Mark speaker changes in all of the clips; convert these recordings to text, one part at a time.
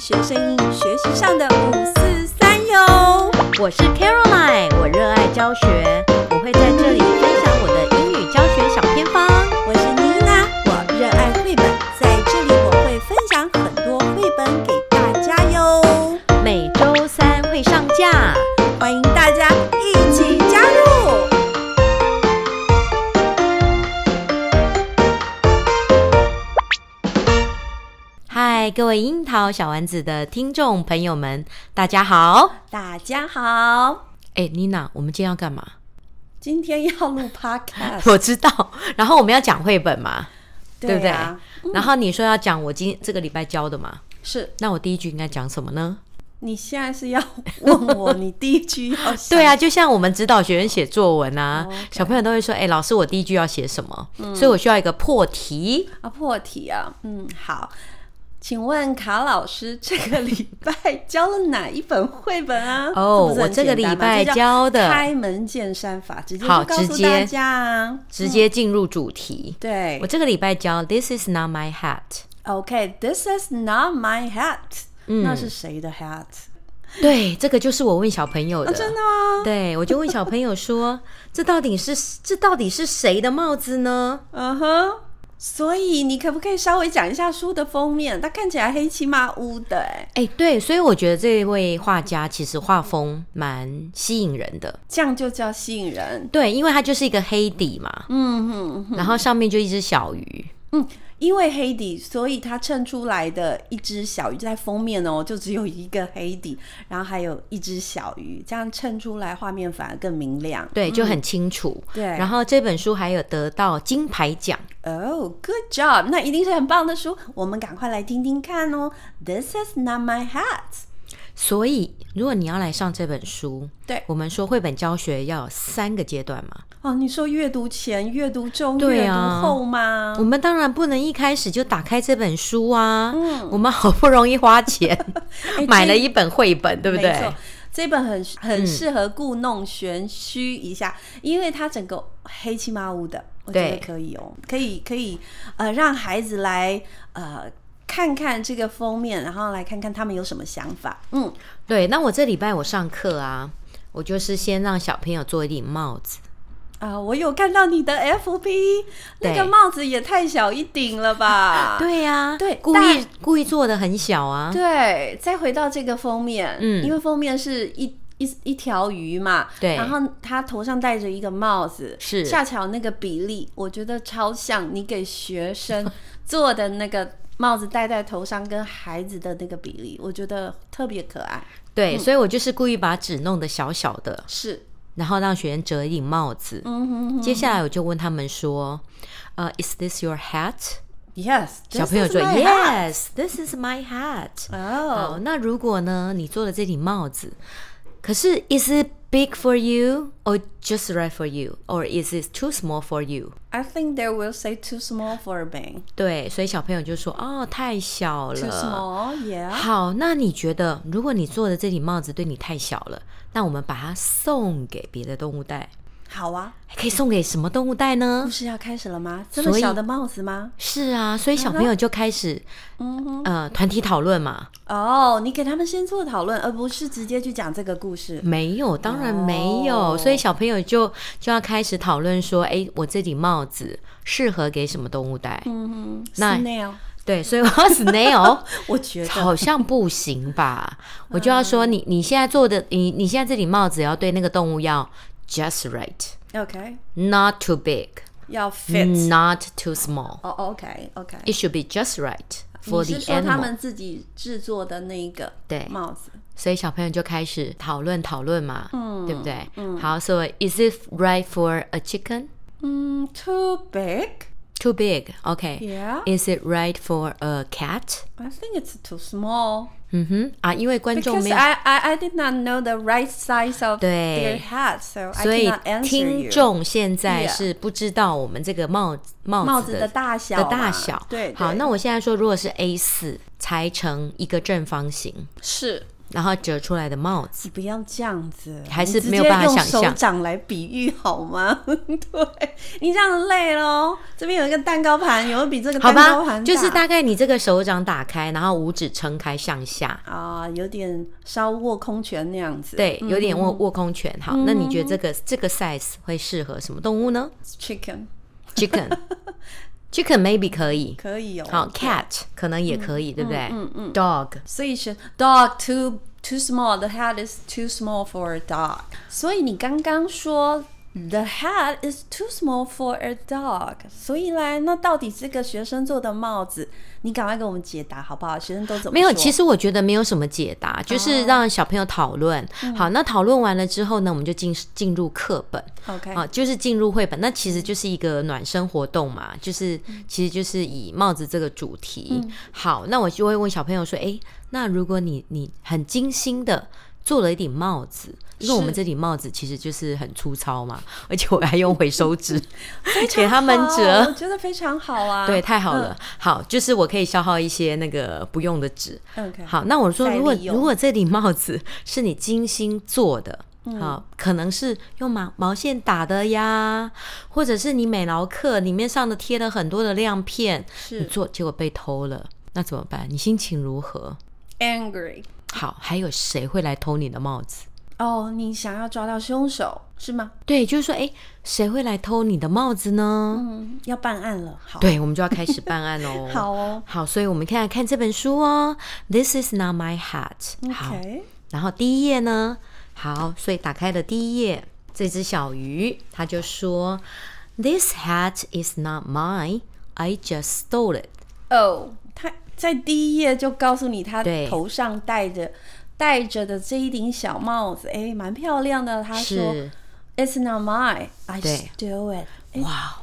Speaker 1: 学声英语学习上的五四三哟。
Speaker 2: 我是 Caroline，我热爱教学，我会在这里分享我的英语教学小偏方。
Speaker 1: 我是妮娜，我热爱绘本，在这里我会分享很多绘本给大家哟，
Speaker 2: 每周三会上架。
Speaker 1: 欢迎大家一起加入。
Speaker 2: 嗨，各位樱桃小丸子的听众朋友们，大家好！
Speaker 1: 大家好，
Speaker 2: 哎、妮娜，我们今天要干嘛？
Speaker 1: 今天要录 podcast，
Speaker 2: 我知道，然后我们要讲绘本嘛， 对不对？
Speaker 1: 啊
Speaker 2: 然后你说要讲我今这个礼拜教的嘛，
Speaker 1: 是
Speaker 2: 那我第一句应该讲什么呢？
Speaker 1: 你现在是要问我，你第一句要想
Speaker 2: 对啊，就像我们指导学生写作文啊
Speaker 1: OK
Speaker 2: 小朋友都会说：“哎、老师，我第一句要写什么？”所以我需要一个破题。
Speaker 1: 啊，破题啊，嗯，好，请问卡老师这个礼拜教了哪一本绘本啊？
Speaker 2: 哦
Speaker 1: 不是很
Speaker 2: 我这个
Speaker 1: 简单
Speaker 2: 礼
Speaker 1: 吗
Speaker 2: 拜
Speaker 1: 这叫
Speaker 2: 教的
Speaker 1: 开门见山法，直接就
Speaker 2: 好
Speaker 1: 告
Speaker 2: 直
Speaker 1: 诉
Speaker 2: 接
Speaker 1: 大家啊，
Speaker 2: 直接进入主题。
Speaker 1: 对
Speaker 2: 我这个礼拜教 This is not my hat。
Speaker 1: ，OK，this、is not my hat，、那
Speaker 2: 嗯
Speaker 1: 是谁的 hat？
Speaker 2: 对，这个就是我问小朋友哦的。
Speaker 1: 真的吗？
Speaker 2: 对，我就问小朋友说：“这到底是这到底是谁的帽子呢
Speaker 1: 嗯哼。所以你可不可以稍微讲一下书的封面？它看起来黑漆麻乌的、哎，？”
Speaker 2: 哎，对，所以我觉得这位画家其实画风蛮吸引人的。
Speaker 1: 这样就叫吸引人。
Speaker 2: 对，因为它就是一个黑底嘛，
Speaker 1: 嗯哼哼，
Speaker 2: 然后上面就一只小鱼。
Speaker 1: 嗯，因为黑底，所以它衬出来的一只小鱼在封面哦，就只有一个黑底，然后还有一只小鱼，这样衬出来画面反而更明亮。
Speaker 2: 对，就很清楚。
Speaker 1: 对
Speaker 2: 然后这本书还有得到金牌奖。
Speaker 1: 哦、g o o d job，那一定是很棒的书，我们赶快来听听看哦。This is not my hat。
Speaker 2: 所以，如果你要来上这本书，
Speaker 1: 对
Speaker 2: 我们说绘本教学要有三个阶段嘛。
Speaker 1: 哦，你说阅读前、阅读中、
Speaker 2: 对
Speaker 1: 阅读
Speaker 2: 啊
Speaker 1: 后吗
Speaker 2: 我？们当然不能一开始就打开这本书啊，
Speaker 1: 嗯
Speaker 2: 我们好不容易 花钱买了一本绘本，对不
Speaker 1: 哎
Speaker 2: 嗯
Speaker 1: 没错
Speaker 2: 对？，
Speaker 1: 这本很很适合故弄玄虚一下，因为它整个黑漆麻乌的，我觉得
Speaker 2: 对
Speaker 1: 可以哦，可以可以呃，让孩子来呃看看这个封面，然后来看看他们有什么想法。嗯，
Speaker 2: 对，那我这礼拜我上课啊，我就是先让小朋友做一顶帽子。
Speaker 1: 啊、我有看到你的 FP，那个帽子也太小一顶了吧？
Speaker 2: 对呀、
Speaker 1: 啊对
Speaker 2: 故
Speaker 1: 但
Speaker 2: 意故意做的很小啊。
Speaker 1: 对，再回到这个封面，
Speaker 2: 嗯
Speaker 1: 因为封面是一一一条鱼嘛，
Speaker 2: 对
Speaker 1: 然后他头上戴着一个帽子，
Speaker 2: 是
Speaker 1: 恰巧那个比例，我觉得超像你给学生做的那个帽子戴在头上跟孩子的那个比例，我觉得特别可爱，
Speaker 2: 对，所以我就是故意把纸弄得小小的，
Speaker 1: 是，
Speaker 2: 然后让学员折一顶帽子。
Speaker 1: 嗯哼哼
Speaker 2: 接下来我就问他们说，呃，Is this your hat？
Speaker 1: ，yes，
Speaker 2: 小朋友
Speaker 1: this
Speaker 2: 说
Speaker 1: is my hat
Speaker 2: ，Yes, this is my hat。
Speaker 1: 哦
Speaker 2: 哦，那如果呢，你做了这顶帽子，可是 Is it big for you or just right for you, or is it too small for you？
Speaker 1: ，I think they will say too small for a bang，too
Speaker 2: 对，所以小朋友就说，哦，太小了。
Speaker 1: small，yeah，
Speaker 2: 好，那你觉得，如果你做的这顶帽子对你太小了，那我们把它送给别的动物戴，
Speaker 1: 好啊，
Speaker 2: 可以送给什么动物戴呢
Speaker 1: 故？事要开始了吗？这么
Speaker 2: 所以
Speaker 1: 小的帽子吗？
Speaker 2: 是啊，所以小朋
Speaker 1: 嗯
Speaker 2: 友就开始，呃，团体讨论嘛。
Speaker 1: 哦，你给他们先做讨论，而不是直接去讲这个故事。
Speaker 2: 没有，当然没有。
Speaker 1: 哦
Speaker 2: 所以小朋友就就要开始讨论说，哎，我这顶帽子适合给什么动物戴？
Speaker 1: 嗯哼，
Speaker 2: 那
Speaker 1: snail，
Speaker 2: 对，所以我要 snail
Speaker 1: 我 觉得嗯
Speaker 2: 好像不 行吧？我就要说你你现在做的，你你现在这顶帽子要对那个动物要 just right，not
Speaker 1: OK，
Speaker 2: too big，not
Speaker 1: 要
Speaker 2: 嗯
Speaker 1: fit。
Speaker 2: too small。
Speaker 1: 哦，OK，OK。
Speaker 2: It should be just right for
Speaker 1: 你
Speaker 2: the
Speaker 1: 是说他
Speaker 2: animal。
Speaker 1: 们自己制作的那一个
Speaker 2: 对
Speaker 1: 帽子？
Speaker 2: 所以小朋友就开始讨论讨论嘛，
Speaker 1: 嗯
Speaker 2: 对不对？好，所以 is it right for a chicken？
Speaker 1: 嗯，too big，yeah。
Speaker 2: Too big. OK. Is it right for a cat?
Speaker 1: I think it's too small
Speaker 2: 嗯哼啊，因为观众
Speaker 1: because
Speaker 2: 没有，
Speaker 1: I I I did not know the right size of
Speaker 2: 对
Speaker 1: their hat, so I
Speaker 2: 所以
Speaker 1: cannot answer
Speaker 2: 听
Speaker 1: you.
Speaker 2: 众现在
Speaker 1: Yeah
Speaker 2: 是不知道我们这个帽子帽
Speaker 1: 帽
Speaker 2: 子
Speaker 1: 子
Speaker 2: 的
Speaker 1: 的大小
Speaker 2: 的
Speaker 1: 嘛
Speaker 2: 大小。
Speaker 1: 对，
Speaker 2: 好，
Speaker 1: 对
Speaker 2: 那我现在说，如果是 A 四裁成一个正方形，
Speaker 1: 是
Speaker 2: 然后折出来的帽子。
Speaker 1: 你不要这样子，
Speaker 2: 还是
Speaker 1: 你直
Speaker 2: 没有
Speaker 1: 接
Speaker 2: 办法
Speaker 1: 用
Speaker 2: 想象
Speaker 1: 手掌来比喻好吗？ 对你这样累喽。这边有一个蛋糕盘，有没有比这个
Speaker 2: 好
Speaker 1: 蛋糕
Speaker 2: 吧，
Speaker 1: 盘
Speaker 2: 就是
Speaker 1: 大
Speaker 2: 大概你这个手掌打开，然后五指撑开向下，
Speaker 1: 啊、有点稍握空拳那样子。
Speaker 2: 对，有点握握空拳。好，那你觉得这个这个 size 会适合什么动物呢
Speaker 1: ，chicken
Speaker 2: ？Chicken，Chicken maybe 可以。
Speaker 1: 可以哦。
Speaker 2: 好，cat 可能也可以，对不对？嗯嗯。Dog
Speaker 1: 所以是 dog too too small. The head is too small for a dog. 所以你刚刚说 the head is too small for a dog. 所以来，那到底这个学生做的帽子，你赶快给我们解答好不好？学生都怎么
Speaker 2: 没有，
Speaker 1: 说
Speaker 2: 其实我觉得没有什么解答，就是让小朋友讨论。好，那讨论完了之后呢，我们就进进入课本。
Speaker 1: OK
Speaker 2: 啊，就是进入绘本，那其实就是一个暖身活动嘛，就是
Speaker 1: 嗯
Speaker 2: 其实就是以帽子这个主题。好，那我就会问小朋友说，诶，那如果你你很精心的做了一顶帽子，因为我们
Speaker 1: 是
Speaker 2: 这顶帽子其实就是很粗糙嘛，而且我还用回 收纸给他们折
Speaker 1: 哦好我。觉得非常好啊。
Speaker 2: 对，太好了，好，就是我可以消耗一些那个不用的纸。
Speaker 1: OK，
Speaker 2: 好，那我说，
Speaker 1: 嗯再
Speaker 2: 如果
Speaker 1: 利用
Speaker 2: 如果这顶帽子是你精心做的，
Speaker 1: 嗯
Speaker 2: 啊，可能是用毛毛线打的呀，或者是你美劳课里面上的贴了很多的亮片，你
Speaker 1: 是
Speaker 2: 做结果被偷了，那怎么办？你心情 如何？嗯
Speaker 1: angry。
Speaker 2: 好，还有谁会来偷你的帽子？
Speaker 1: 哦、你想要抓到凶手是吗？
Speaker 2: 对，就是说，诶，谁会来偷你的帽子呢？
Speaker 1: 嗯，要办案了。好，。
Speaker 2: 对，我们就要开始办案哦
Speaker 1: 好哦。
Speaker 2: 好，所以我们看看这本书哦，《This is not my hat》。好，
Speaker 1: OK，
Speaker 2: 然后第一页呢，好，所以打开了第一页，这只小鱼它就说：“This hat is not mine. I just stole it。
Speaker 1: 哦，他在第一页就告诉你，他
Speaker 2: 对
Speaker 1: 头上戴着戴着的这一顶小帽子，哎，蛮漂亮的。”他说
Speaker 2: 是，
Speaker 1: ：“It's not mine, I
Speaker 2: 对
Speaker 1: stole it。”哎，
Speaker 2: 哇，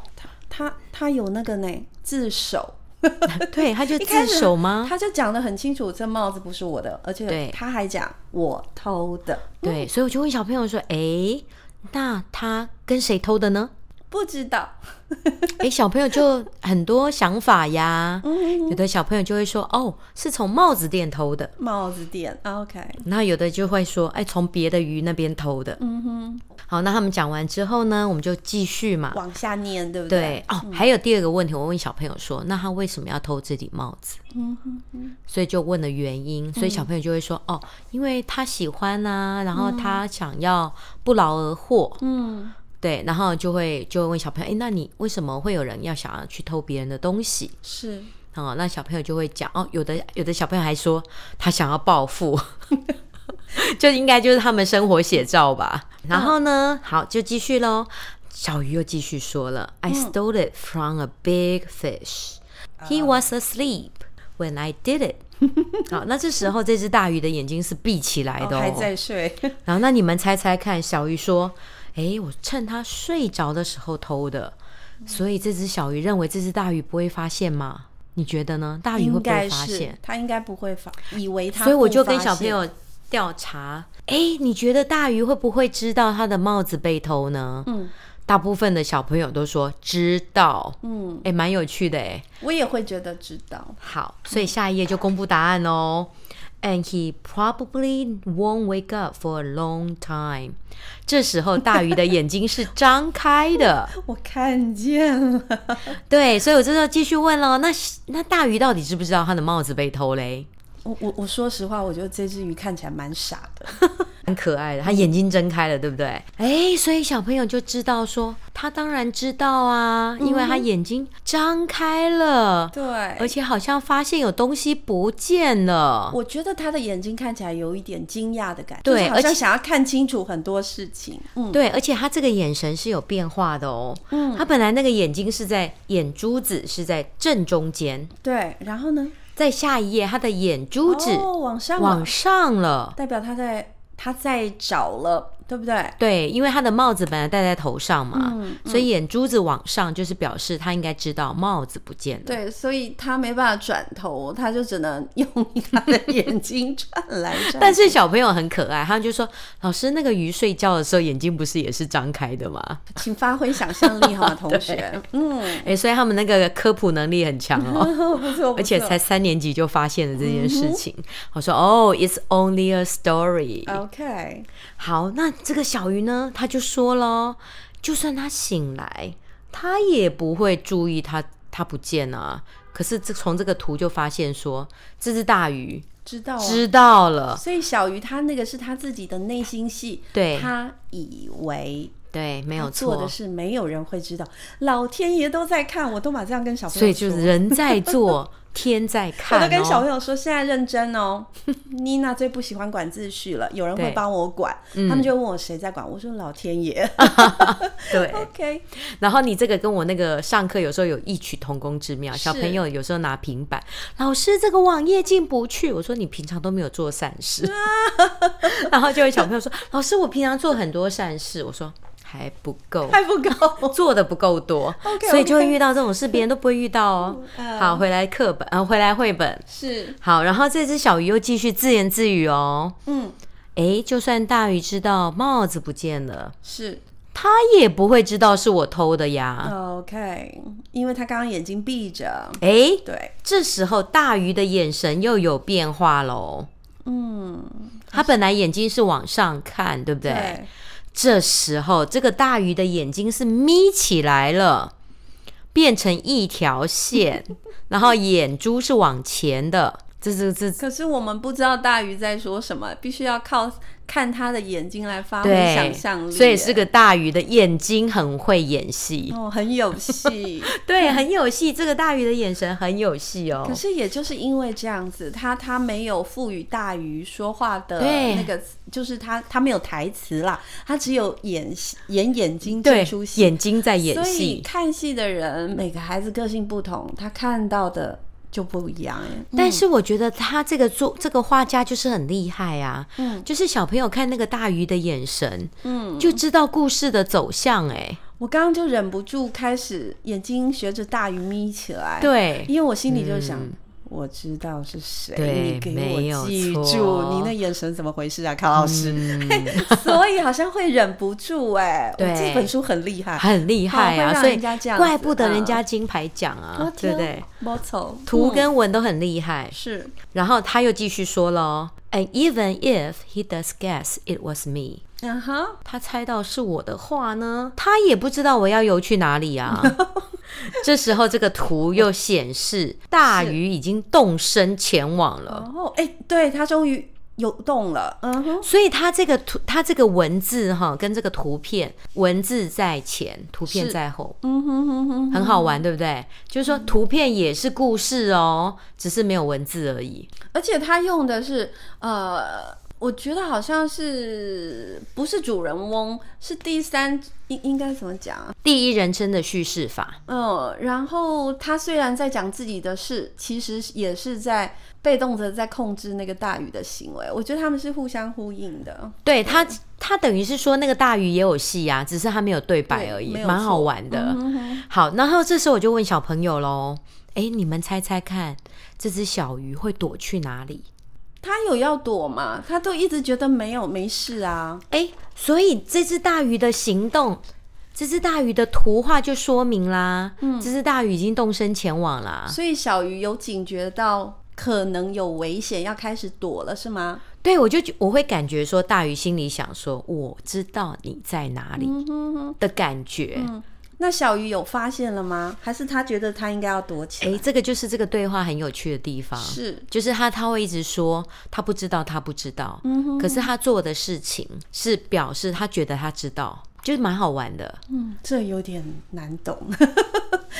Speaker 1: 他他有那个呢，自首。
Speaker 2: 对，他 就
Speaker 1: 一开
Speaker 2: 自
Speaker 1: 始
Speaker 2: 首吗？
Speaker 1: 他就讲的很清楚，这帽子不是我的，而且
Speaker 2: 对
Speaker 1: 他还讲我偷的。
Speaker 2: 对，所以我就问小朋友说：“诶，那他跟谁偷的 呢？”
Speaker 1: 不知道，
Speaker 2: 诶，小朋友就很多想法呀。
Speaker 1: 嗯
Speaker 2: 有的小朋友就会说：“哦，是从帽子店偷的。”
Speaker 1: 帽子店，OK，啊
Speaker 2: 那有的就会说，哎，从别的鱼那边偷的。嗯哼。好，那他们讲完之后呢，我们就继续嘛。
Speaker 1: 往下念，对不嗯
Speaker 2: 对哦，还有第二个问题，我问小朋友说，那他为什么要偷这顶帽子？
Speaker 1: 嗯哼嗯
Speaker 2: 所以就问了原因，所以小朋友就会说，哦，因为他喜欢啊，然后他想要不劳而获，
Speaker 1: 嗯，
Speaker 2: 对，然后就会就会问小朋友，哎，那你为什么会有人要想要去偷别人的东西？
Speaker 1: 是
Speaker 2: 哦，那小朋友就会讲哦，有的有的小朋友还说他想要暴富， 就应该就是他们生活写照吧。然后呢，好就继续喽。小鱼又继续说了、i
Speaker 1: 嗯
Speaker 2: stole it from a big fish.
Speaker 1: Uh.
Speaker 2: He was asleep when I did it.” 好，那这时候这只大鱼的眼睛是闭起来的、哦，
Speaker 1: 还在 睡，
Speaker 2: 然后那你们猜猜看，小鱼说：“诶，我趁他睡着的时候偷的。”所以这只小鱼认为这只大鱼不会发现吗？你觉得呢？大鱼会
Speaker 1: 应
Speaker 2: 不会
Speaker 1: 该
Speaker 2: 发
Speaker 1: 是
Speaker 2: 现？
Speaker 1: 他应该不会发，以为他，
Speaker 2: 所以我就跟小朋。友调查：“诶，你觉得大鱼会不会知道他的帽子被偷呢？”嗯，大部分的小朋友都说知道。嗯，诶，蛮有趣的诶。
Speaker 1: 我也会觉得知道。
Speaker 2: 好，所以下一页就公布答案哦。And he probably won't wake up for a long time。这时候大鱼的眼睛是张开的，
Speaker 1: 我看见了，
Speaker 2: 对，所以我这时候继续问了，那那大鱼到底知不知道他的帽子被偷嘞？
Speaker 1: 我我我说实话，我觉得这只鱼看起来蛮傻的。
Speaker 2: 很可爱的，他眼睛睁开了，对不对？哎，所以小朋友就知道说，他当然知道啊，因为他眼睛张开了， 而
Speaker 1: 对，
Speaker 2: 且好像发现有东西不见了。
Speaker 1: 我觉得它的眼睛看起来有一点惊讶的感觉，
Speaker 2: 对
Speaker 1: 就是好
Speaker 2: 而
Speaker 1: 像
Speaker 2: 且
Speaker 1: 想要看清楚很多事情。嗯，
Speaker 2: 对，而且他这个眼神是有变化的哦。嗯，他本来那个眼睛是在眼珠子是在正中间，
Speaker 1: 对。然后呢？
Speaker 2: 在下一页，他的眼珠子
Speaker 1: 哦哦，往上了，
Speaker 2: 往上了。
Speaker 1: 代表他在他在找了对不对？
Speaker 2: 对，因为他的帽子本来戴在头上嘛，
Speaker 1: 嗯
Speaker 2: 所以眼珠子往上就是表示他应该知道帽子不见了。
Speaker 1: 对，所以他没办法转头，他就只能用他的眼睛转来转。
Speaker 2: 但是小朋友很可爱，他们就说：“老师，那个鱼睡觉的时候眼睛不是也是张开的吗
Speaker 1: 请发挥想象力 好吗，同学？嗯，？”
Speaker 2: 哎、所以他们那个科普能力很强哦。
Speaker 1: 不错，
Speaker 2: 而且才三年级就发现了这件
Speaker 1: 嗯
Speaker 2: 事情，我说哦、i t s only a story。
Speaker 1: 哦 OK，
Speaker 2: 好，那这个小鱼呢，他就说了，就算他醒来，他也不会注意他他不见啊。可是这从这个图就发现说，这只大鱼
Speaker 1: 知道、啊。
Speaker 2: 知道了，
Speaker 1: 所以小鱼他那个是他自己的内心戏，
Speaker 2: 对
Speaker 1: 他以为
Speaker 2: 对，没有
Speaker 1: 做的
Speaker 2: 错。
Speaker 1: 事没有人会知道，老天爷都在看，我都马这样跟小朋友说，
Speaker 2: 所以就是人在做，天 在
Speaker 1: 我
Speaker 2: 看、哦。
Speaker 1: 都跟小朋友说，现在认真哦。妮娜最不喜欢管秩序了，有人会
Speaker 2: 对嗯
Speaker 1: 帮我管，他们就问我谁在管，我说老天爷。
Speaker 2: 对，
Speaker 1: OK，
Speaker 2: 然后你这个跟我那个上课有时候有异曲同工之妙。小
Speaker 1: 是
Speaker 2: 朋友有时候拿平板，老师这个网页进不去，我说你平常都没有做善 事，然后就有小朋友说，老师我平常做很多善事，我说还不够。
Speaker 1: 还不够。
Speaker 2: 做的不够多
Speaker 1: OK，OK
Speaker 2: 所以就会遇到这种事，别人都不会遇到哦。
Speaker 1: 嗯
Speaker 2: 好，回来课本，呃，回来绘本。
Speaker 1: 是，
Speaker 2: 好，然后这只小鱼又继续自言自语哦。
Speaker 1: 嗯，
Speaker 2: 诶，就算大鱼知道帽子不见了，
Speaker 1: 是
Speaker 2: 它也不会知道是我偷的呀。
Speaker 1: OK，因为他刚刚眼睛闭着，
Speaker 2: 诶。
Speaker 1: 对，
Speaker 2: 这时候大鱼的眼神又有变化喽。嗯，他本来眼睛是往上看，对不对？
Speaker 1: 对，
Speaker 2: 这时候这个大鱼的眼睛是眯起来了，变成一 条线，然后眼珠是往前的。这这这
Speaker 1: 可是我们不知道大鱼在说什么，必须要靠看他的眼睛来发挥想
Speaker 2: 对
Speaker 1: 象，力。
Speaker 2: 所以是个大鱼的眼睛很会演戏，
Speaker 1: 哦，很有戏。
Speaker 2: 对，很有戏。这个大鱼的眼神很有戏哦
Speaker 1: 可。是也就是因为这样子，他他没有赋予大鱼说话的
Speaker 2: 对
Speaker 1: 那个，就是他他没有台词啦，他只有演戏演眼睛这
Speaker 2: 对
Speaker 1: 出，戏。
Speaker 2: 眼睛在演
Speaker 1: 所以
Speaker 2: 戏。
Speaker 1: 看戏的人，每个孩子个性不同，他看到的就不一样哎。
Speaker 2: 但是我觉得他这个作这个画家就是很厉害啊，
Speaker 1: 嗯
Speaker 2: 就是小朋友看那个大鱼的眼神，
Speaker 1: 嗯，
Speaker 2: 就知道故事的走向、欸，
Speaker 1: 我刚刚就忍不住开始眼睛学着大鱼眯起来，，
Speaker 2: 对。
Speaker 1: 因为我心里就想。我知道是谁，
Speaker 2: 嗯对
Speaker 1: 你给
Speaker 2: 没有
Speaker 1: 我记住，
Speaker 2: 错嗯
Speaker 1: 你那眼神怎么回事啊，卡老师？ 所以好像会忍不住哎、我
Speaker 2: 对
Speaker 1: 这本书很厉害，
Speaker 2: 很厉害
Speaker 1: 哦好会
Speaker 2: 啊，
Speaker 1: 让
Speaker 2: 所以
Speaker 1: 人家这样子嗯
Speaker 2: 怪不得人家金牌奖啊，
Speaker 1: 哦
Speaker 2: 对不对？？
Speaker 1: 没错，
Speaker 2: 图
Speaker 1: 嗯
Speaker 2: 跟文都很厉害。
Speaker 1: 是 Uh-huh
Speaker 2: 然后他又继续说了，And even if he does guess it was me，
Speaker 1: 嗯哼，
Speaker 2: 他猜到是我的话呢，他也不知道我要游去哪 里啊。这时候，这个图又显示大鱼已经动身前往了，
Speaker 1: 然后哎，对他终于有动了，嗯哼，
Speaker 2: 所以它这个图，它这个文字哈，跟这个图片，文字在前，图片在后，
Speaker 1: 嗯哼哼哼，
Speaker 2: 很好玩，对不对？就是说，图片也是故事哦，只是没有文字而已。
Speaker 1: 而且他用的是呃。我觉得好像是不是主人翁，是第三应应该怎么讲啊？
Speaker 2: 第一人称的叙事法，
Speaker 1: 嗯，然后他虽然在讲自己的事，其实也是在被动的在控制那个大鱼的行为。我觉得他们是互相呼应的。
Speaker 2: 对它，它等于是说那个大鱼也有戏啊，只是它没有对白
Speaker 1: 对
Speaker 2: 而已
Speaker 1: 没，有
Speaker 2: 蛮好
Speaker 1: 错
Speaker 2: 玩的。
Speaker 1: 嗯哼
Speaker 2: 好，然后这时候我就问小朋友喽，哎，你们猜猜看，这只小鱼会躲去哪里？
Speaker 1: 他有要躲嘛？他都一直觉得没有没事啊。
Speaker 2: 哎，所以这只大鱼的行动，这只大鱼的图画就说明啦，
Speaker 1: 嗯
Speaker 2: 这只大鱼已经动身前往啦。
Speaker 1: 所以小鱼有警觉到可能有危险，要开始躲了，是吗？
Speaker 2: 对，我就觉我会感觉说，大鱼心里想说，我知道你在哪里
Speaker 1: 嗯哼哼。
Speaker 2: 的感觉。
Speaker 1: 那小鱼有发现了吗？还是他觉得他应该要躲起
Speaker 2: 哎、
Speaker 1: 来？
Speaker 2: 这个就是这个对话很有趣的地方。
Speaker 1: 是，
Speaker 2: 就是他，他会一直说他不知道，他不知道。
Speaker 1: 嗯
Speaker 2: 可是他做的事情是表示他觉得他知道，就是蛮好玩的。
Speaker 1: 嗯，这有点难懂。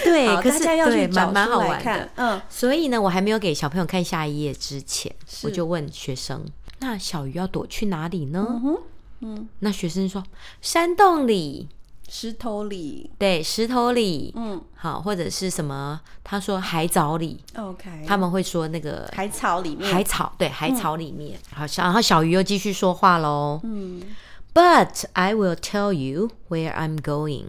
Speaker 2: 对
Speaker 1: 好，
Speaker 2: 可
Speaker 1: 大
Speaker 2: 是
Speaker 1: 家要
Speaker 2: 对
Speaker 1: 去找
Speaker 2: 蛮蛮
Speaker 1: 出
Speaker 2: 好
Speaker 1: 来
Speaker 2: 玩的
Speaker 1: 看。。嗯，
Speaker 2: 所以呢，我还没有给小朋友看下一页之前，
Speaker 1: 是
Speaker 2: 我就问学生：“那小鱼要躲去哪里呢？”那学生说：“山洞里，
Speaker 1: 石头里，
Speaker 2: 对，石头里，
Speaker 1: 嗯
Speaker 2: 好，或者是什么？”他说：“海藻里。”
Speaker 1: ，OK，
Speaker 2: 他们会说那个
Speaker 1: 海草里面，
Speaker 2: 海草，对，海草里面。好，然后小鱼又继续说话喽。嗯， But I will tell you where I'm going.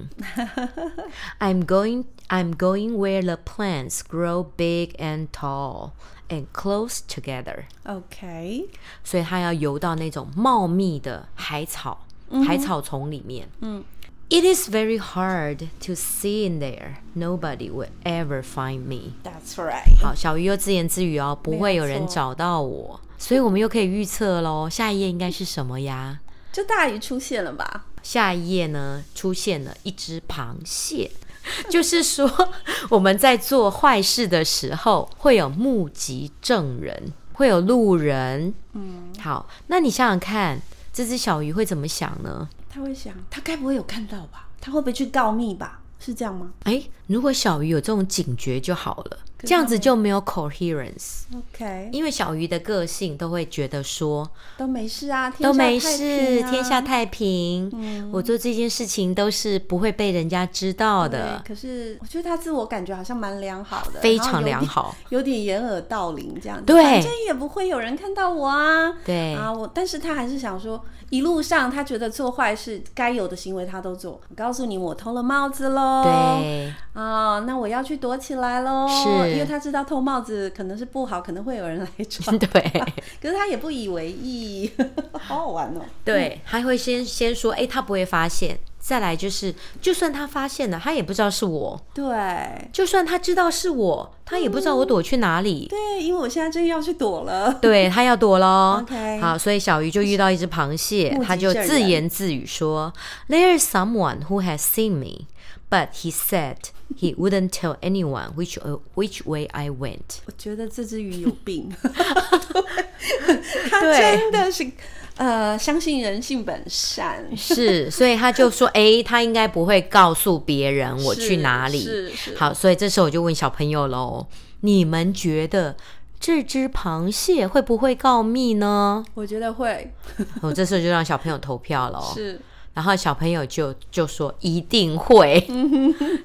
Speaker 2: I'm going I'm going where the plants grow big and tall and close together.
Speaker 1: OK，
Speaker 2: 所以它要游到那种茂密的海草、
Speaker 1: 嗯
Speaker 2: 海草丛里面。嗯，It is very hard to see in there. Nobody will ever find me.
Speaker 1: That's right.
Speaker 2: 好，小鱼又自言自语哦，不会有
Speaker 1: 没
Speaker 2: 人
Speaker 1: 有错
Speaker 2: 找到我，所以我们又可以预测喽，下一页应该是什么呀？
Speaker 1: 就大鱼出现了吧？
Speaker 2: 下一页呢，出现了一只螃蟹， 就是说我们在做坏事的时候会有目击证人，会有路人。嗯，好，那你想想看，这只小鱼会怎么想呢？
Speaker 1: 他会想，他该不会有看到吧？他会不会去告密吧？是这样吗
Speaker 2: 哎，如果小鱼有这种警觉就好了，
Speaker 1: 可是
Speaker 2: 这样子
Speaker 1: 它没
Speaker 2: 就没有 coherence。
Speaker 1: ？OK，
Speaker 2: 因为小鱼的个性都会觉得说
Speaker 1: 都没事啊，嗯天下
Speaker 2: 都没
Speaker 1: 太
Speaker 2: 事，
Speaker 1: 平啊
Speaker 2: 天下太平，我做这件事情都是不会被人家知道的
Speaker 1: 对，可是我觉得他自我感觉好像蛮良好的，
Speaker 2: 非
Speaker 1: 然后
Speaker 2: 常
Speaker 1: 有
Speaker 2: 良
Speaker 1: 点，
Speaker 2: 好。
Speaker 1: 有点掩耳盗铃这样子。
Speaker 2: 对
Speaker 1: 反正也不会有人看到我啊。
Speaker 2: 对
Speaker 1: 啊，我但是他还是想说，一路上他觉得做坏事该有的行为他都做。我告诉你，我偷了帽子喽。。
Speaker 2: 对，
Speaker 1: 啊、那我要去躲起来喽。
Speaker 2: 是，
Speaker 1: 因为他知道偷帽子可能是不好，可能会有人来抓
Speaker 2: 对
Speaker 1: 可是他也不以为意， 好好玩哦。
Speaker 2: 对，他会先先说，哎、他不会发现。再来就是，就算他发现了，他也不知道是我；
Speaker 1: 对
Speaker 2: 就算他知道是我，他也不知道我躲去哪里。
Speaker 1: 对，因为我现在真要去躲了。
Speaker 2: 对他要躲喽。
Speaker 1: OK
Speaker 2: 好，所以小鱼就遇到一只螃蟹
Speaker 1: 目，击
Speaker 2: 他就
Speaker 1: 证
Speaker 2: 自
Speaker 1: 人
Speaker 2: 言自语说：“There is someone who has seen me, but he said he wouldn't tell anyone which uh, which way I went。”
Speaker 1: 我觉得这只鱼有病， 它
Speaker 2: 对
Speaker 1: 真的是呃，相信人性本善。
Speaker 2: 是，所以他就说：“诶，他应该不会告诉别人我
Speaker 1: 是
Speaker 2: 去哪里。
Speaker 1: 是是
Speaker 2: 好，所以这时候我就问小朋友喽：“你们觉得这只螃蟹会不会告密 呢
Speaker 1: 我觉得会？”
Speaker 2: 我哦这时候就让小朋友投票喽。
Speaker 1: 是
Speaker 2: 然后小朋友就就说：“一定会。”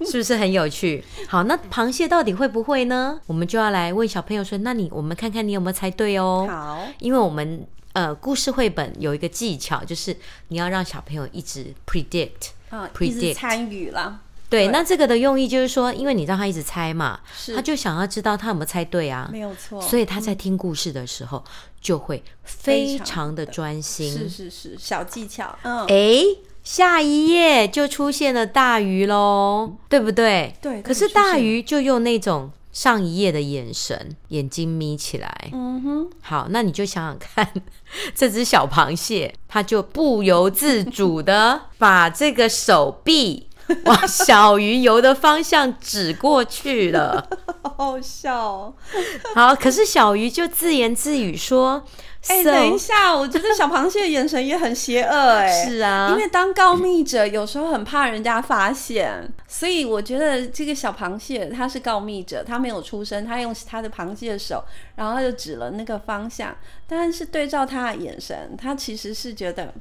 Speaker 2: 是不是很有趣？好，那螃蟹到底会不会呢？我们就要来问小朋友说：“那你我们看看你有没有猜对哦。”
Speaker 1: 好，
Speaker 2: 因为我们呃故事绘本有一个技巧，就是你要让小朋友一直 predict。
Speaker 1: 啊，一直
Speaker 2: Predict
Speaker 1: 参与啦，
Speaker 2: 对，那这个的用意就是说，因为你让他一直猜嘛，
Speaker 1: 是
Speaker 2: 他就想要知道他有没有猜对啊，
Speaker 1: 没有错。
Speaker 2: 所以他在听故事的时候就会非
Speaker 1: 非
Speaker 2: 常
Speaker 1: 常
Speaker 2: 的
Speaker 1: 地
Speaker 2: 专心
Speaker 1: 是。是是，小技巧，嗯，
Speaker 2: 诶，下一页就出现了大鱼喽，对不对？
Speaker 1: 对
Speaker 2: 可
Speaker 1: 大
Speaker 2: 是
Speaker 1: 鱼出现
Speaker 2: 大鱼就用那种上一页的眼神，眼睛眯起来，
Speaker 1: 嗯哼，
Speaker 2: 好，那你就想想看， 这只小螃蟹，它就不由自主的把这个手臂 往小鱼游的方向指过去了。
Speaker 1: 好好笑哦。
Speaker 2: 好，可是小鱼就自言自语说：“
Speaker 1: 哎、
Speaker 2: so-
Speaker 1: 等一下，我觉得小螃蟹的眼神也很邪恶哎、
Speaker 2: 是啊
Speaker 1: 因为当告密者有时候很怕人家发现，所以我觉得这个小螃蟹它是告密者，它没有出声，它用它的螃蟹手，然后它就指了那个方向，但是对照它的眼神，它其实是觉得，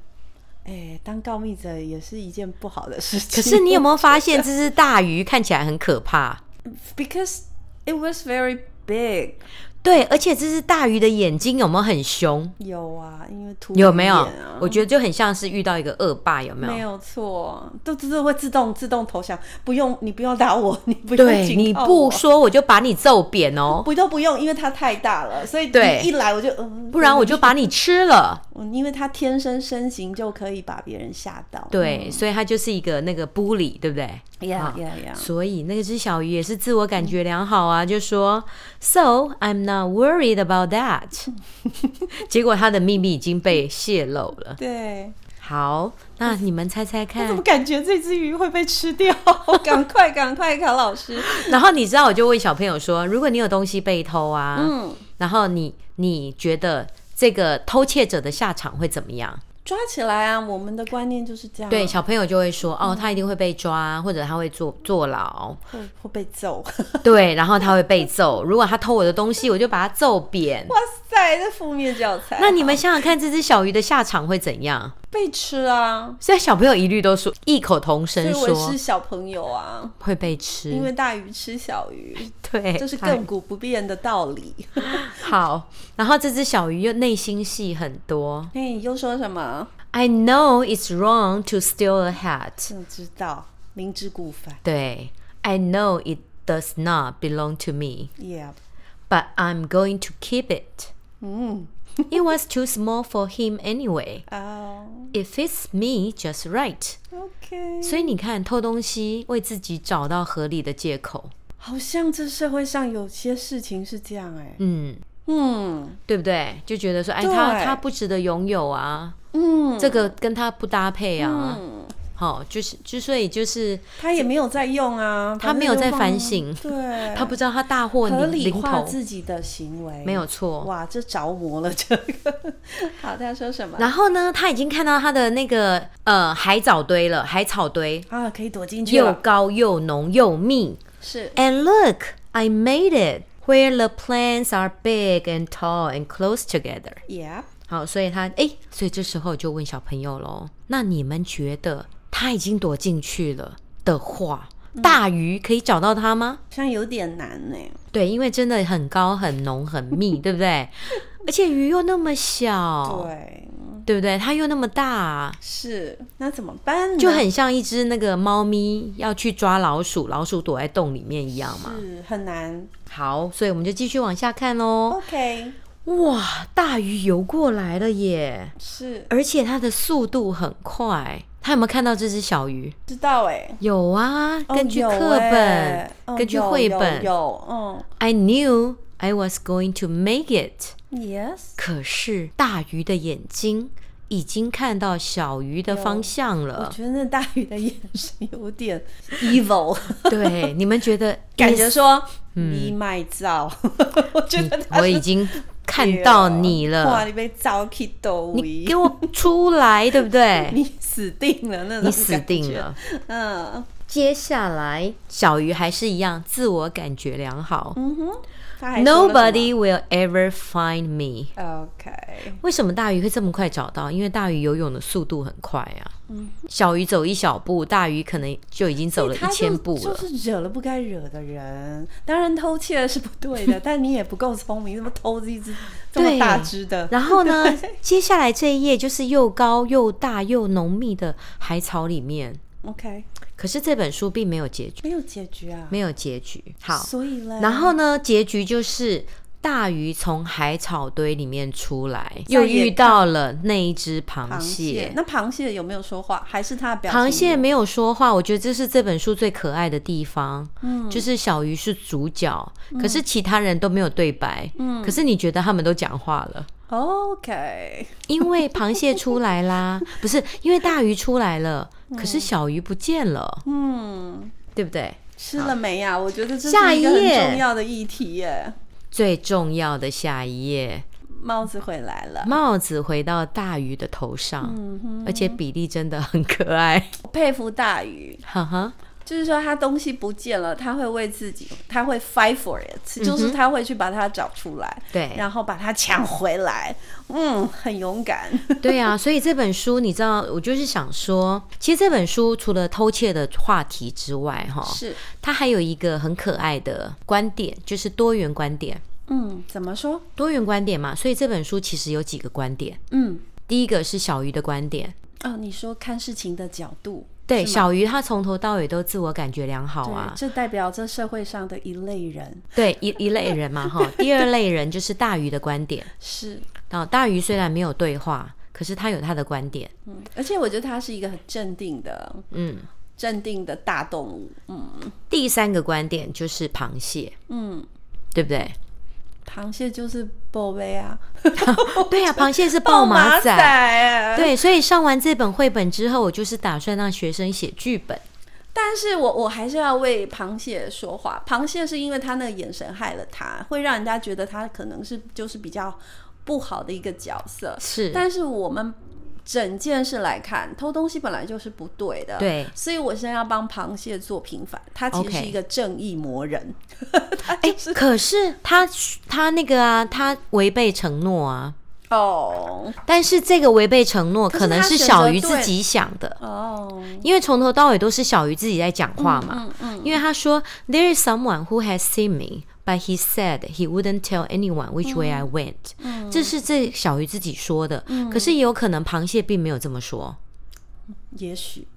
Speaker 1: 哎、当告密者也是一件不好的事情。
Speaker 2: 可是你有没有发现，这只大鱼看起来很可怕？
Speaker 1: ，because it was very big，
Speaker 2: 对，而且这只大鱼的眼睛有没有很凶？
Speaker 1: 有啊，因为突、
Speaker 2: 有没有？
Speaker 1: 啊、
Speaker 2: 我觉得就很像是遇到一个恶霸，有没有？
Speaker 1: 没有错，都都是会自动自动投降，不用你不要打我，你不用
Speaker 2: 对，
Speaker 1: 警
Speaker 2: 你
Speaker 1: 告
Speaker 2: 不
Speaker 1: 我
Speaker 2: 说我就把你揍扁哦，
Speaker 1: 不都不用，因为它太大了，所以
Speaker 2: 对
Speaker 1: 你一来我就嗯，
Speaker 2: 不嗯然我就把你吃了。
Speaker 1: 我因为它天生身形就可以把别人吓到，
Speaker 2: 对，所以它就是一个那个 bully，对不对？
Speaker 1: ，yeah
Speaker 2: 啊
Speaker 1: yeah yeah，
Speaker 2: 所以那只小鱼也是自我感觉良好啊，就说 So I'm not worried about that 。结果他的秘密已经被泄露了。
Speaker 1: 对，
Speaker 2: 好，那你们猜猜
Speaker 1: 我怎么
Speaker 2: 看。
Speaker 1: 感觉这只鱼会被吃掉？赶快赶快，卡老师，
Speaker 2: 然后你知道，我就问小朋友说，如果你有东西被偷啊，
Speaker 1: 嗯，
Speaker 2: 然后你你觉得这个偷窃者的下场会怎么样？
Speaker 1: 抓起来啊！我们的观念就是这样，
Speaker 2: 对，，小朋友就会说，哦，
Speaker 1: 嗯
Speaker 2: 他一定会被抓，或者他会坐坐 牢。
Speaker 1: 会会被揍。
Speaker 2: 对，然后他会被揍。如果他偷我的东西，我就把他揍扁。
Speaker 1: 哇塞，这负面教材，
Speaker 2: 那你们想想看，这只小鱼的下场会怎样？
Speaker 1: 被吃啊！
Speaker 2: 所以小朋友一律都说异口同
Speaker 1: 所
Speaker 2: 声
Speaker 1: 以我
Speaker 2: 说
Speaker 1: 是小朋友啊。
Speaker 2: 会被
Speaker 1: 因
Speaker 2: 吃。
Speaker 1: 为大鱼吃小鱼，
Speaker 2: 对，
Speaker 1: 这是
Speaker 2: 哎
Speaker 1: 亘古不变的道理。
Speaker 2: 好。然后这只小鱼又内心戏很多。
Speaker 1: 嘿，你又说什么？
Speaker 2: I know it's wrong to steal a hat.
Speaker 1: 真的知道，明知故犯
Speaker 2: 对，I know it does not belong to me,
Speaker 1: ，Yeah，
Speaker 2: but I'm going to keep it.
Speaker 1: Mm.
Speaker 2: 嗯，It was too small for him anyway.
Speaker 1: 哦、
Speaker 2: It fits me just right.
Speaker 1: o k
Speaker 2: 所以你看，偷东西为自己找到合理的借口，
Speaker 1: 好像这社会上有些事情是这样哎、
Speaker 2: 嗯，
Speaker 1: 嗯
Speaker 2: 对不对？就觉得说，哎，
Speaker 1: 对
Speaker 2: 他他不值得拥有啊，
Speaker 1: 嗯，
Speaker 2: 这个跟他不搭配啊。
Speaker 1: 嗯，
Speaker 2: 好、就是之所以就是
Speaker 1: 他也没有在用啊，
Speaker 2: 他没有在反省
Speaker 1: 反正就放啊对，
Speaker 2: 他不知道他大祸
Speaker 1: 合
Speaker 2: 临
Speaker 1: 理
Speaker 2: 临
Speaker 1: 化
Speaker 2: 头，
Speaker 1: 自己的行为，
Speaker 2: 没有错。
Speaker 1: 哇，这着魔了这个。 好，他说什么？
Speaker 2: 然后呢，他已经看到他的那个呃海藻堆了，海草堆
Speaker 1: 啊，可以躲进去
Speaker 2: 又
Speaker 1: 了，
Speaker 2: 高又浓又密。
Speaker 1: 是
Speaker 2: And look, I made it where the plants are big and tall and close together.
Speaker 1: ，Yeah，
Speaker 2: 好，所以他诶，所以这时候就问小朋友喽，那你们觉得他已经躲进去了的话，
Speaker 1: 嗯
Speaker 2: 大鱼可以找到他吗？
Speaker 1: 好像有点难哎呢、
Speaker 2: 对，因为真的很高、很浓、很 密，对不对？而且鱼又那么小，
Speaker 1: 对，
Speaker 2: 对不对？它又那么大，
Speaker 1: 是，那怎么办呢？
Speaker 2: 就很像一只那个猫咪要去抓老鼠，老鼠躲在洞里面一样嘛。
Speaker 1: 是很难。
Speaker 2: 好，所以我们就继续往下看喽。
Speaker 1: OK，
Speaker 2: 哇，大鱼游过来了耶！
Speaker 1: 是
Speaker 2: 而且它的速度很快。他有没有看到这只小鱼？
Speaker 1: 知道哎、
Speaker 2: 有啊，
Speaker 1: 哦
Speaker 2: 根据
Speaker 1: 有
Speaker 2: 课本，
Speaker 1: 欸哦
Speaker 2: 根据
Speaker 1: 有
Speaker 2: 绘
Speaker 1: 有
Speaker 2: 本
Speaker 1: 有，嗯
Speaker 2: i knew I was going to make it。
Speaker 1: ，Yes，
Speaker 2: 可是大鱼的眼睛已经看到小鱼的方向
Speaker 1: 我
Speaker 2: 了。
Speaker 1: 觉得那大鱼的眼神有 点 evil，
Speaker 2: 对，你们觉得
Speaker 1: 感觉说、你卖照， 我觉得 他
Speaker 2: 嗯我已经看到你
Speaker 1: 哇，
Speaker 2: 了，
Speaker 1: 你被招去斗
Speaker 2: 你
Speaker 1: 鱼
Speaker 2: 给，我出来，对不对？
Speaker 1: 你死定了那种，
Speaker 2: 你死定了。。
Speaker 1: 嗯
Speaker 2: 接下来，小鱼还是一样，自我感觉良好。
Speaker 1: 嗯哼，他还说了什么
Speaker 2: Nobody will ever find me。
Speaker 1: OK，
Speaker 2: 为什么大鱼会这么快找到？因为大鱼游泳的速度很快啊。小鱼走一小步，大鱼可能就已经走了
Speaker 1: 嗯
Speaker 2: 一
Speaker 1: 他就
Speaker 2: 千步
Speaker 1: 就
Speaker 2: 了。
Speaker 1: 是惹了不该惹的人。当然偷窃是不对 的，但你也不够聪明，怎么偷这一只这么
Speaker 2: 对
Speaker 1: 大只的？
Speaker 2: 然后呢， 接下来这一页就是又高又大又浓密的海草里面。
Speaker 1: OK，
Speaker 2: 可是这本书并没有结局，
Speaker 1: 没有结局啊。
Speaker 2: 没有结局。好，
Speaker 1: 所以呢，
Speaker 2: 然后呢，结局就是大鱼从海草堆里面出来，
Speaker 1: 再也
Speaker 2: 又遇到了那一只
Speaker 1: 螃
Speaker 2: 螃
Speaker 1: 蟹，
Speaker 2: 蟹。
Speaker 1: 那螃蟹有没有说话？还是它的表情？
Speaker 2: 螃蟹没有说话，我觉得这是这本书最可爱的地方。嗯，就是小鱼是主角，
Speaker 1: 嗯
Speaker 2: 可是其他人都没有对白。嗯，可是你觉得他们都讲话了。
Speaker 1: OK，
Speaker 2: 因为螃蟹出来 啦，不是因为大鱼出来了，可是小鱼不见了，
Speaker 1: 嗯，
Speaker 2: 对不对？
Speaker 1: 吃了没呀、我觉得这
Speaker 2: 下
Speaker 1: 是一个很
Speaker 2: 一页
Speaker 1: 重要的议题耶。
Speaker 2: 最重要的下一页，
Speaker 1: 帽子回来了，
Speaker 2: 帽子回到大鱼的头上，而且比例真的很可爱，
Speaker 1: 我佩服大鱼，
Speaker 2: 哈哈，
Speaker 1: 就是说他东西不见了，他会为自己，他会 fight for it，、就是他会去把它找出来，
Speaker 2: 嗯对
Speaker 1: 然后把它抢回来，嗯，很勇敢，
Speaker 2: 对啊，所以这本书你知道，我就是想说，其实这本书除了偷窃的话题之外，哈，
Speaker 1: 是，
Speaker 2: 它还有一个很可爱的观点，就是多元观点，
Speaker 1: 嗯，怎么说？
Speaker 2: 多元观点嘛，所以这本书其实有几个观点，
Speaker 1: 嗯，
Speaker 2: 第一个是小鱼的观点。
Speaker 1: 哦，你说看事情的角度，
Speaker 2: 对，
Speaker 1: 是吗
Speaker 2: 小鱼它从头到尾都自我感觉良好啊
Speaker 1: 对，。这代表这社会上的一类人
Speaker 2: 对，一一类人嘛哈，第二类人就是大鱼的观点。
Speaker 1: 是，
Speaker 2: 哦，大鱼虽然没有对话，可是他有他的观点。
Speaker 1: 嗯，而且我觉得他是一个很镇定的，
Speaker 2: 嗯，
Speaker 1: 镇定的大动物，嗯
Speaker 2: 第三个观点就是螃蟹，
Speaker 1: 嗯，
Speaker 2: 对不对？
Speaker 1: 螃蟹就是波威啊，
Speaker 2: 对啊，螃蟹是爆马
Speaker 1: 马
Speaker 2: 仔。
Speaker 1: 仔，
Speaker 2: 对，所以上完这本绘本之后，我就是打算让学生写剧本。
Speaker 1: 但是我我还是要为螃蟹说话。螃蟹是因为他那个眼神害了他，会让人家觉得他可能是就是比较不好的一个角色。
Speaker 2: 是，
Speaker 1: 但是我们整件事来看，偷东西本来就是不对的。。
Speaker 2: 对。
Speaker 1: 所以我现在要帮螃蟹做平反，他其实
Speaker 2: OK
Speaker 1: 是一个正义魔人。
Speaker 2: 哎，可是他他那个啊，他违背承诺啊。
Speaker 1: 哦
Speaker 2: 但是这个违背承诺，
Speaker 1: 是
Speaker 2: 可能
Speaker 1: 他
Speaker 2: 是
Speaker 1: 选
Speaker 2: 小
Speaker 1: 择
Speaker 2: 鱼自
Speaker 1: 对
Speaker 2: 己想的。
Speaker 1: 哦，
Speaker 2: 因为从头到尾都是小鱼自己在讲话嘛，
Speaker 1: 嗯嗯，
Speaker 2: 因为他说 There is someone who has seen me, But he said he wouldn't tell anyone which way I went。这
Speaker 1: 嗯
Speaker 2: 是这小鱼自己说的，可是也有可能螃蟹并没有这 么说。
Speaker 1: 也 许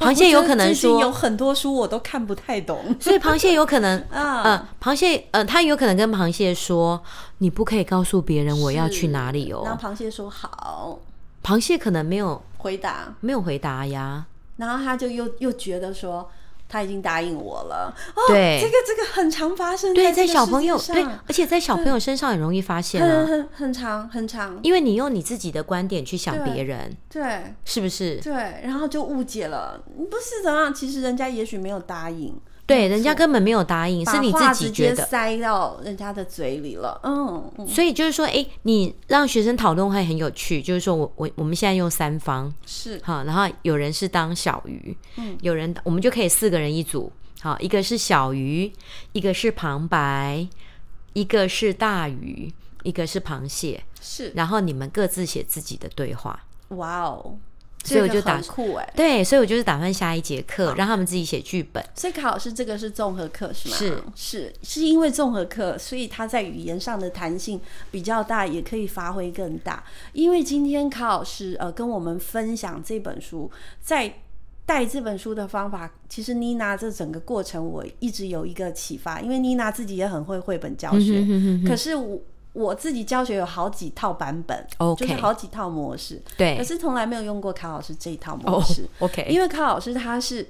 Speaker 1: 哦
Speaker 2: 螃蟹有可能
Speaker 1: 我觉得最近有
Speaker 2: 说，
Speaker 1: 很多书我都看不太 懂
Speaker 2: 所以螃蟹有可能，
Speaker 1: 啊
Speaker 2: 呃，螃蟹，呃，他有可能跟螃蟹说，你不可以告诉别人我要去哪里
Speaker 1: 然
Speaker 2: 哦。
Speaker 1: 后螃蟹说好，
Speaker 2: 螃蟹可能没有
Speaker 1: 回答，
Speaker 2: 没有回答呀，
Speaker 1: 然后他就又又觉得说他已经答应我了。哦，
Speaker 2: 对
Speaker 1: 这个这个很常发生
Speaker 2: 对，
Speaker 1: 这
Speaker 2: 在
Speaker 1: 个
Speaker 2: 小
Speaker 1: 世
Speaker 2: 朋
Speaker 1: 界
Speaker 2: 友，
Speaker 1: 上
Speaker 2: 对，而且在小朋友身上很容易发现
Speaker 1: 很
Speaker 2: 啊，
Speaker 1: 很很长很长，
Speaker 2: 因为你用你自己的观点去想别人，
Speaker 1: 对
Speaker 2: 是不是？
Speaker 1: 对，然后就误解了，你不是怎么样？其实人家也许没有答应，
Speaker 2: 对，人家根本没有答应，是
Speaker 1: 把
Speaker 2: 你
Speaker 1: 话
Speaker 2: 自己
Speaker 1: 直
Speaker 2: 觉
Speaker 1: 接
Speaker 2: 得。
Speaker 1: 塞到人家的嘴里了。嗯，嗯
Speaker 2: 所以就是说，诶，你让学生讨论会很有趣。就是说我我我们现在用三方，
Speaker 1: 是
Speaker 2: 好，然后有人是当小鱼，
Speaker 1: 嗯
Speaker 2: 有人我们就可以四个人一组，好，一个是小鱼，一个是旁白，一个是大鱼，一个是螃蟹，
Speaker 1: 是，
Speaker 2: 然后你们各自写自己的对话。
Speaker 1: 哇哦，
Speaker 2: 所以我
Speaker 1: 这
Speaker 2: 就
Speaker 1: 个
Speaker 2: 打
Speaker 1: 很酷哎。
Speaker 2: 对，所以我就是打算下一节课让他们自己写剧本。
Speaker 1: 所以卡老师这个是综合课是吗？
Speaker 2: 是
Speaker 1: 是是因为综合课，所以他在语言上的弹性比较大，也可以发挥更大。因为今天卡老师呃跟我们分享这本书，在带这本书的方法，其实妮娜这整个过程我一直有一个启发，因为妮娜自己也很会绘本教学，
Speaker 2: 嗯
Speaker 1: 可是我。我自己教学有好几套版本
Speaker 2: OK
Speaker 1: 就是好几套模式，可
Speaker 2: 对
Speaker 1: 是从来没有用过卡老师这一套模
Speaker 2: 哦
Speaker 1: 式。
Speaker 2: ，OK，
Speaker 1: 因为柯老师他是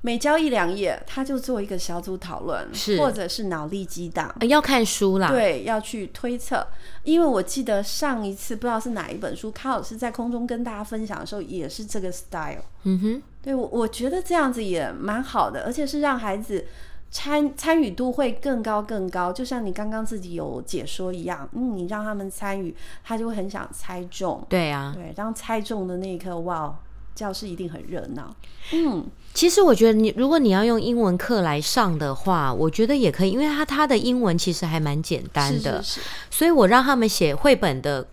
Speaker 1: 每教一两页，他就做一个小组讨论，
Speaker 2: 是
Speaker 1: 或者是脑力激荡。
Speaker 2: 呃要看书啦。
Speaker 1: 对，要去推测，因为我记得上一次不知道是哪一本书，柯老师在空中跟大家分享的时候也是这个 style。
Speaker 2: 嗯哼，
Speaker 1: 对我，我觉得这样子也蛮好的，而且是让孩子参参与度会更高更高。就像你刚刚自己有解说一样，嗯，你让他们参与，他就会很想猜中。
Speaker 2: 对啊。
Speaker 1: 对，当猜中的那一刻，哇，哦教室一定很热闹。嗯，
Speaker 2: 其实我觉得你，如果你要用英文课来上的话，我觉得也可以，因为他他的英文其实还蛮简单
Speaker 1: 是
Speaker 2: 的。
Speaker 1: 是是。
Speaker 2: 所以我让他们写绘本的，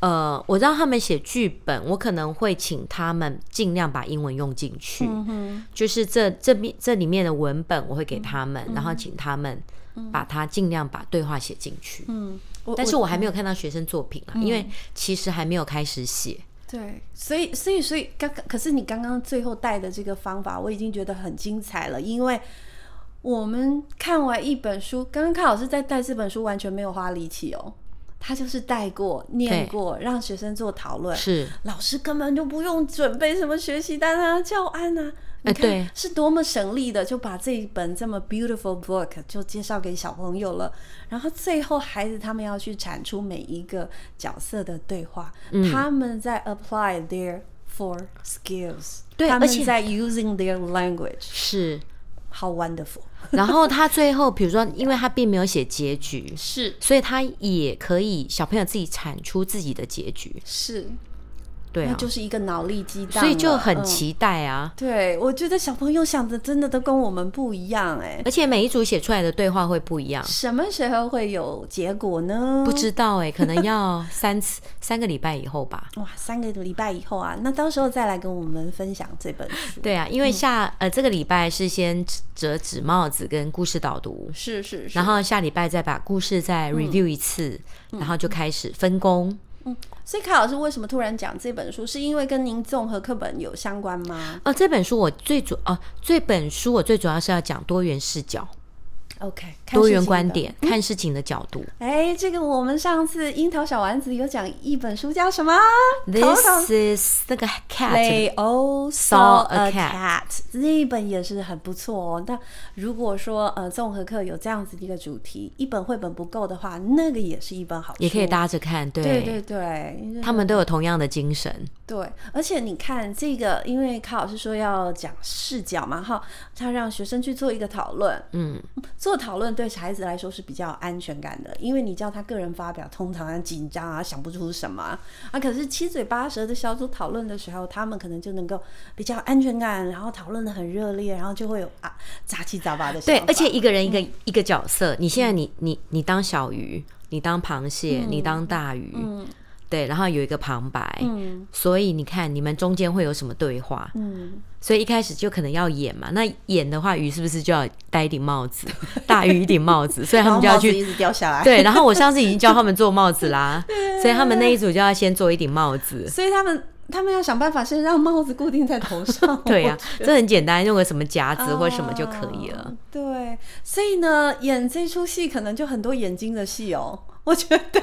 Speaker 2: 呃，我让他们写剧本，我可能会请他们尽量把英文用进去，
Speaker 1: 嗯
Speaker 2: 就是这这面这里面的文本我会给他们，
Speaker 1: 嗯
Speaker 2: 然后请他们把它尽量把对话写进去。
Speaker 1: 哼，嗯我
Speaker 2: 嗯但是我还没有看到学生作品啊，
Speaker 1: 嗯
Speaker 2: 因为其实还没有开始写。
Speaker 1: 对，所以所以所以刚刚，可是你刚刚最后带的这个方法，我已经觉得很精彩了，因为我们看完一本书，刚刚看老师在带这本书，完全没有花力气哦，他就是带过、念
Speaker 2: 对
Speaker 1: 过，让学生做讨论，
Speaker 2: 是，
Speaker 1: 老师根本就不用准备什么学习单啊、教案啊。你
Speaker 2: 呃
Speaker 1: 看、
Speaker 2: 对
Speaker 1: 是多么省力的，就把这一本这么 beautiful book 就介绍给小朋友了。然后最后孩子他们要去产出每一个角色的对话，
Speaker 2: 嗯
Speaker 1: 他们在 apply their four skills，
Speaker 2: 对
Speaker 1: 他们
Speaker 2: 而且
Speaker 1: 在 using their language，
Speaker 2: 是。
Speaker 1: 好 wonderful，
Speaker 2: 然后他最后，比如说，因为他并没有写结局，
Speaker 1: 是
Speaker 2: 所以他也可以小朋友自己产出自己的结局。
Speaker 1: 是，
Speaker 2: 对
Speaker 1: 那
Speaker 2: 啊，
Speaker 1: 就是一个脑力激荡了，
Speaker 2: 所以就很
Speaker 1: 嗯
Speaker 2: 期待啊。
Speaker 1: 对，我觉得小朋友想的真的都跟我们不一样哎、
Speaker 2: 而且每一组写出来的对话会不一样，
Speaker 1: 什么时候会有结果呢？
Speaker 2: 不知道哎、可能要三次 三个礼拜以后吧。
Speaker 1: 哇，三个礼拜以后啊，那到时候再来跟我们分享这本书。
Speaker 2: 对啊，因为下、呃这个礼拜是先折纸帽子跟故事导读，
Speaker 1: 是嗯是是，
Speaker 2: 然后下礼拜再把故事再 review 一次，
Speaker 1: 嗯
Speaker 2: 然后就开始分工。
Speaker 1: 所以卡老师为什么突然讲这本书，是因为跟您综合课本有相关吗
Speaker 2: 哦、这本书我最主哦、这本书我最主要是要讲多元视角、
Speaker 1: ？OK，看
Speaker 2: 多
Speaker 1: 事
Speaker 2: 元
Speaker 1: 情
Speaker 2: 观
Speaker 1: 的。嗯
Speaker 2: 点，看事情的角度。
Speaker 1: 哎，这个我们上次樱桃小丸子有讲一本书叫什么
Speaker 2: This is 啊那个 cat
Speaker 1: They all
Speaker 2: Saw
Speaker 1: saw
Speaker 2: a
Speaker 1: a cat，这一本也是很不错哦。那如果说呃综合课有这样子一个主题，一本绘本不够的话，那个也是一本好书，
Speaker 2: 也可以搭着看，对
Speaker 1: 对对对，
Speaker 2: 他们都有同样的精神。
Speaker 1: 对，而且你看这个，因为卡老师说要讲视角嘛，哈，他让学生去做一个讨论，
Speaker 2: 嗯，
Speaker 1: 做讨论对孩子来说是比较有安全感的，因为你叫他个人发表，通常很紧张啊，想不出什么啊，啊可是七嘴八舌的小组讨论的时候，他们可能就能够比较有安全感，然后讨论的很热烈，然后就会有啊杂七杂八的想
Speaker 2: 对，
Speaker 1: 法
Speaker 2: 而且一个人一个、
Speaker 1: 嗯
Speaker 2: 一个角色，你现在你你你当小鱼，你当螃蟹，你当大鱼，对，然后有一个旁白，
Speaker 1: 嗯
Speaker 2: 所以你看你们中间会有什么对话？
Speaker 1: 嗯，
Speaker 2: 所以一开始就可能要演嘛，那演的话，鱼是不是就要戴一顶帽子， 大鱼一顶帽子，所以他
Speaker 1: 然后
Speaker 2: 们就要
Speaker 1: 帽子
Speaker 2: 去
Speaker 1: 一直掉下来，，
Speaker 2: 对，然后我上次已经教他们做帽子 啦，所以他们那一组就要先做一顶帽子。，
Speaker 1: 所以他们他们要想办法先让帽子固定在头上
Speaker 2: 对呀、
Speaker 1: 我觉得
Speaker 2: 这很简单，用个什么夹子或什么就可以了。
Speaker 1: 啊对，所以呢，演这出戏可能就很多眼睛的戏哦，我觉得。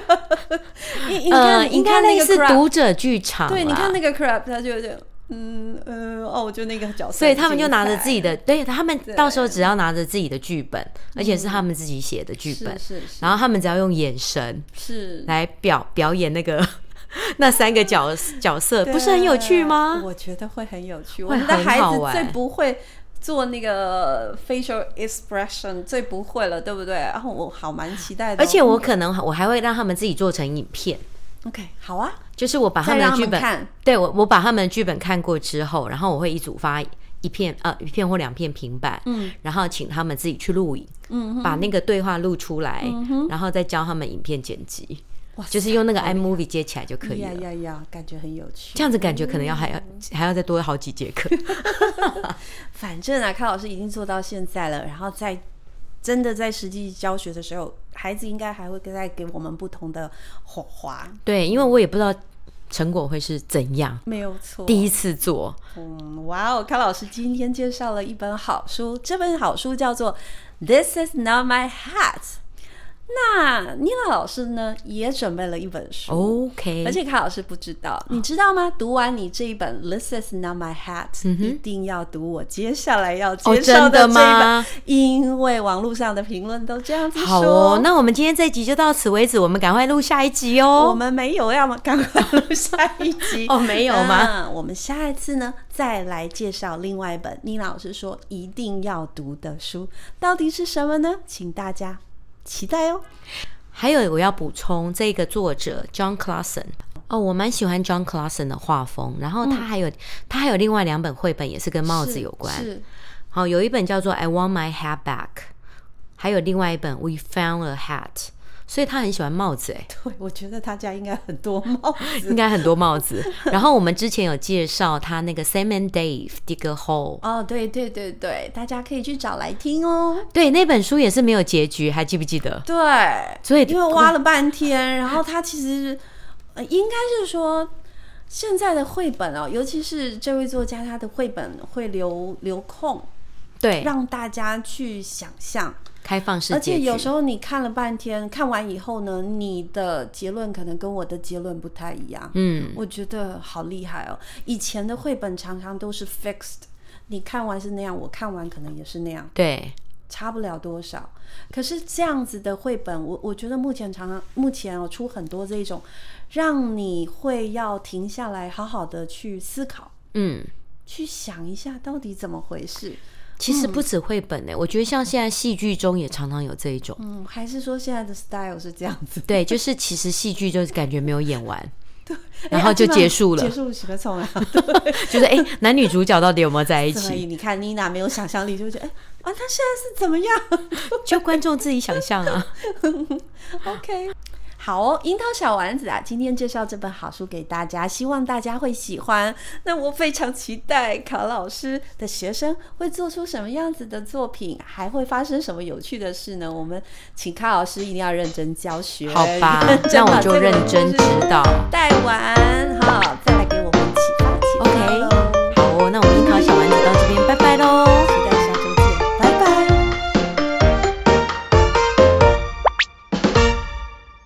Speaker 1: 你你看，
Speaker 2: 呃，
Speaker 1: 你
Speaker 2: 应该
Speaker 1: 看那
Speaker 2: 类
Speaker 1: 个
Speaker 2: 似
Speaker 1: crab，
Speaker 2: 读者剧场啦，
Speaker 1: 对，你看那个 crap，他就就嗯嗯哦，我觉得那个角色很精彩，
Speaker 2: 所以他们就拿着自己的，对他们
Speaker 1: 对
Speaker 2: 到时候只要拿着自己的剧本，而且是他们自己写的剧本，
Speaker 1: 是是是
Speaker 2: 然后他们只要用眼神
Speaker 1: 是，
Speaker 2: 来表表演那个 那三个角角色，不是很有趣
Speaker 1: 对啊
Speaker 2: 吗？
Speaker 1: 我觉得会很有趣。我
Speaker 2: 会
Speaker 1: 们的
Speaker 2: 很
Speaker 1: 孩
Speaker 2: 好
Speaker 1: 子
Speaker 2: 玩
Speaker 1: 最不会。做那个 facial expression 最不会了，对不对？然后我好蛮期待的哦、
Speaker 2: 而且我可能我还会让他们自己做成影片，
Speaker 1: OK 好啊，
Speaker 2: 就是我把他
Speaker 1: 再
Speaker 2: 们
Speaker 1: 让
Speaker 2: 的剧
Speaker 1: 们
Speaker 2: 本
Speaker 1: 看，
Speaker 2: 对我，我把他们的剧本看过之后，然后我会一组发一片呃一片或两片平板，
Speaker 1: 嗯，
Speaker 2: 然后请他们自己去录影，
Speaker 1: 嗯，
Speaker 2: 把那个对话录出来，然后再教他们影片剪辑，
Speaker 1: 哇
Speaker 2: 就是用那个 iMovie 接起来就可以
Speaker 1: 呀
Speaker 2: 了。
Speaker 1: 呀呀，感觉很有趣。
Speaker 2: 这样子感觉可能要还要还要再多好几节课，
Speaker 1: 反正啊，康老师已经做到现在了，然后在真的在实际教学的时候，孩子应该还会再给我们不同的火花，
Speaker 2: 对，因为我也不知道成果会是怎样，
Speaker 1: 没有错。
Speaker 2: 第一次做，
Speaker 1: 嗯，哇哦，康老师今天介绍了一本好书，这本好书叫做《This Is Not My Hat》。那妮娜老师呢，也准备了一本书。
Speaker 2: OK，
Speaker 1: 哦而且卡老师不知道，
Speaker 2: 哦
Speaker 1: 你知道吗？读完你这一本《This Is Not My Hat》，一定要读我接下来要介绍
Speaker 2: 嗯哦真的
Speaker 1: 这一本
Speaker 2: 吗，
Speaker 1: 因为网络上的评论都这样子
Speaker 2: 好
Speaker 1: 说
Speaker 2: 哦，。那我们今天这集就到此为止，我们赶快录下一集
Speaker 1: 我
Speaker 2: 哦。
Speaker 1: 们没有要么赶快录下一集
Speaker 2: 哦没有吗
Speaker 1: 那我们下一次呢，再来介绍另外一本妮老师说一定要读的书，到底是什么呢？请大家期待哦。
Speaker 2: 还有我要补充，这个作者 John Clausen 哦，我蛮喜欢 John Clausen 的画风，然后他还有、他还有另外两本绘本也是跟帽子有关，
Speaker 1: 嗯是
Speaker 2: 好，有一本叫做《I Want My Hat Back》，还有另外一本《We Found a Hat》，所以他很喜欢帽子 哎。
Speaker 1: 对，我觉得大家应该很多帽子
Speaker 2: 应该很多 帽子。然后我们之前有介绍他那个 Sam and Dave Dig a Hole，
Speaker 1: 哦，对对对对，大家可以去找来听哦。
Speaker 2: 对，那本书也是没有结局，还记不记得？
Speaker 1: 对，
Speaker 2: 所以
Speaker 1: 因为挖了半天，然后他其实、呃、应该是说，现在的绘本哦，尤其是这位作家，他的绘本会留留空，
Speaker 2: 嗯对
Speaker 1: 让大家去想象。
Speaker 2: 开放式
Speaker 1: 而
Speaker 2: 结
Speaker 1: 且有
Speaker 2: 局
Speaker 1: 时。候你看了半天，看完以后呢，你的结论可能跟我的结论不太一样。
Speaker 2: 嗯，
Speaker 1: 我觉得好厉害哦！以前的绘本常常都是 fixed，你看完是那样，我看完可能也是那样。
Speaker 2: 对，
Speaker 1: 差不了多少。可是这样子的绘本，我我觉得目前常常目前哦出很多这种，让你会要停下来，好好的去思考，
Speaker 2: 嗯。
Speaker 1: 去想一下到底怎么回事。
Speaker 2: 其
Speaker 1: 嗯
Speaker 2: 实不止绘本呢、欸我觉得像现在戏剧中也常常有这一种，
Speaker 1: 嗯，还是说现在的 style 是这样 子，
Speaker 2: 对，就是其实戏剧就是感觉没有演完，
Speaker 1: 哎
Speaker 2: 然后就结束了
Speaker 1: 啊基本上结束几个钟 啊。
Speaker 2: 就是哎、 男女主角到底有没有在 一
Speaker 1: 所以
Speaker 2: 起，
Speaker 1: 你看妮娜没有想象力，就觉得哎啊，她现在是怎么样
Speaker 2: 就观众自己想 象啊。
Speaker 1: ？OK。好哦，樱桃小丸子啊，今天介绍这本好书给大家，希望大家会喜欢。那我非常期待卡老师的学生会做出什么样子的作品，还会发生什么有趣的事呢？我们请卡老师一定要认真教学，
Speaker 2: 好吧
Speaker 1: 认，
Speaker 2: 那
Speaker 1: 哎真把
Speaker 2: 我就
Speaker 1: 这个
Speaker 2: 认真
Speaker 1: 故
Speaker 2: 指
Speaker 1: 事
Speaker 2: 导。
Speaker 1: 带完。
Speaker 2: 哦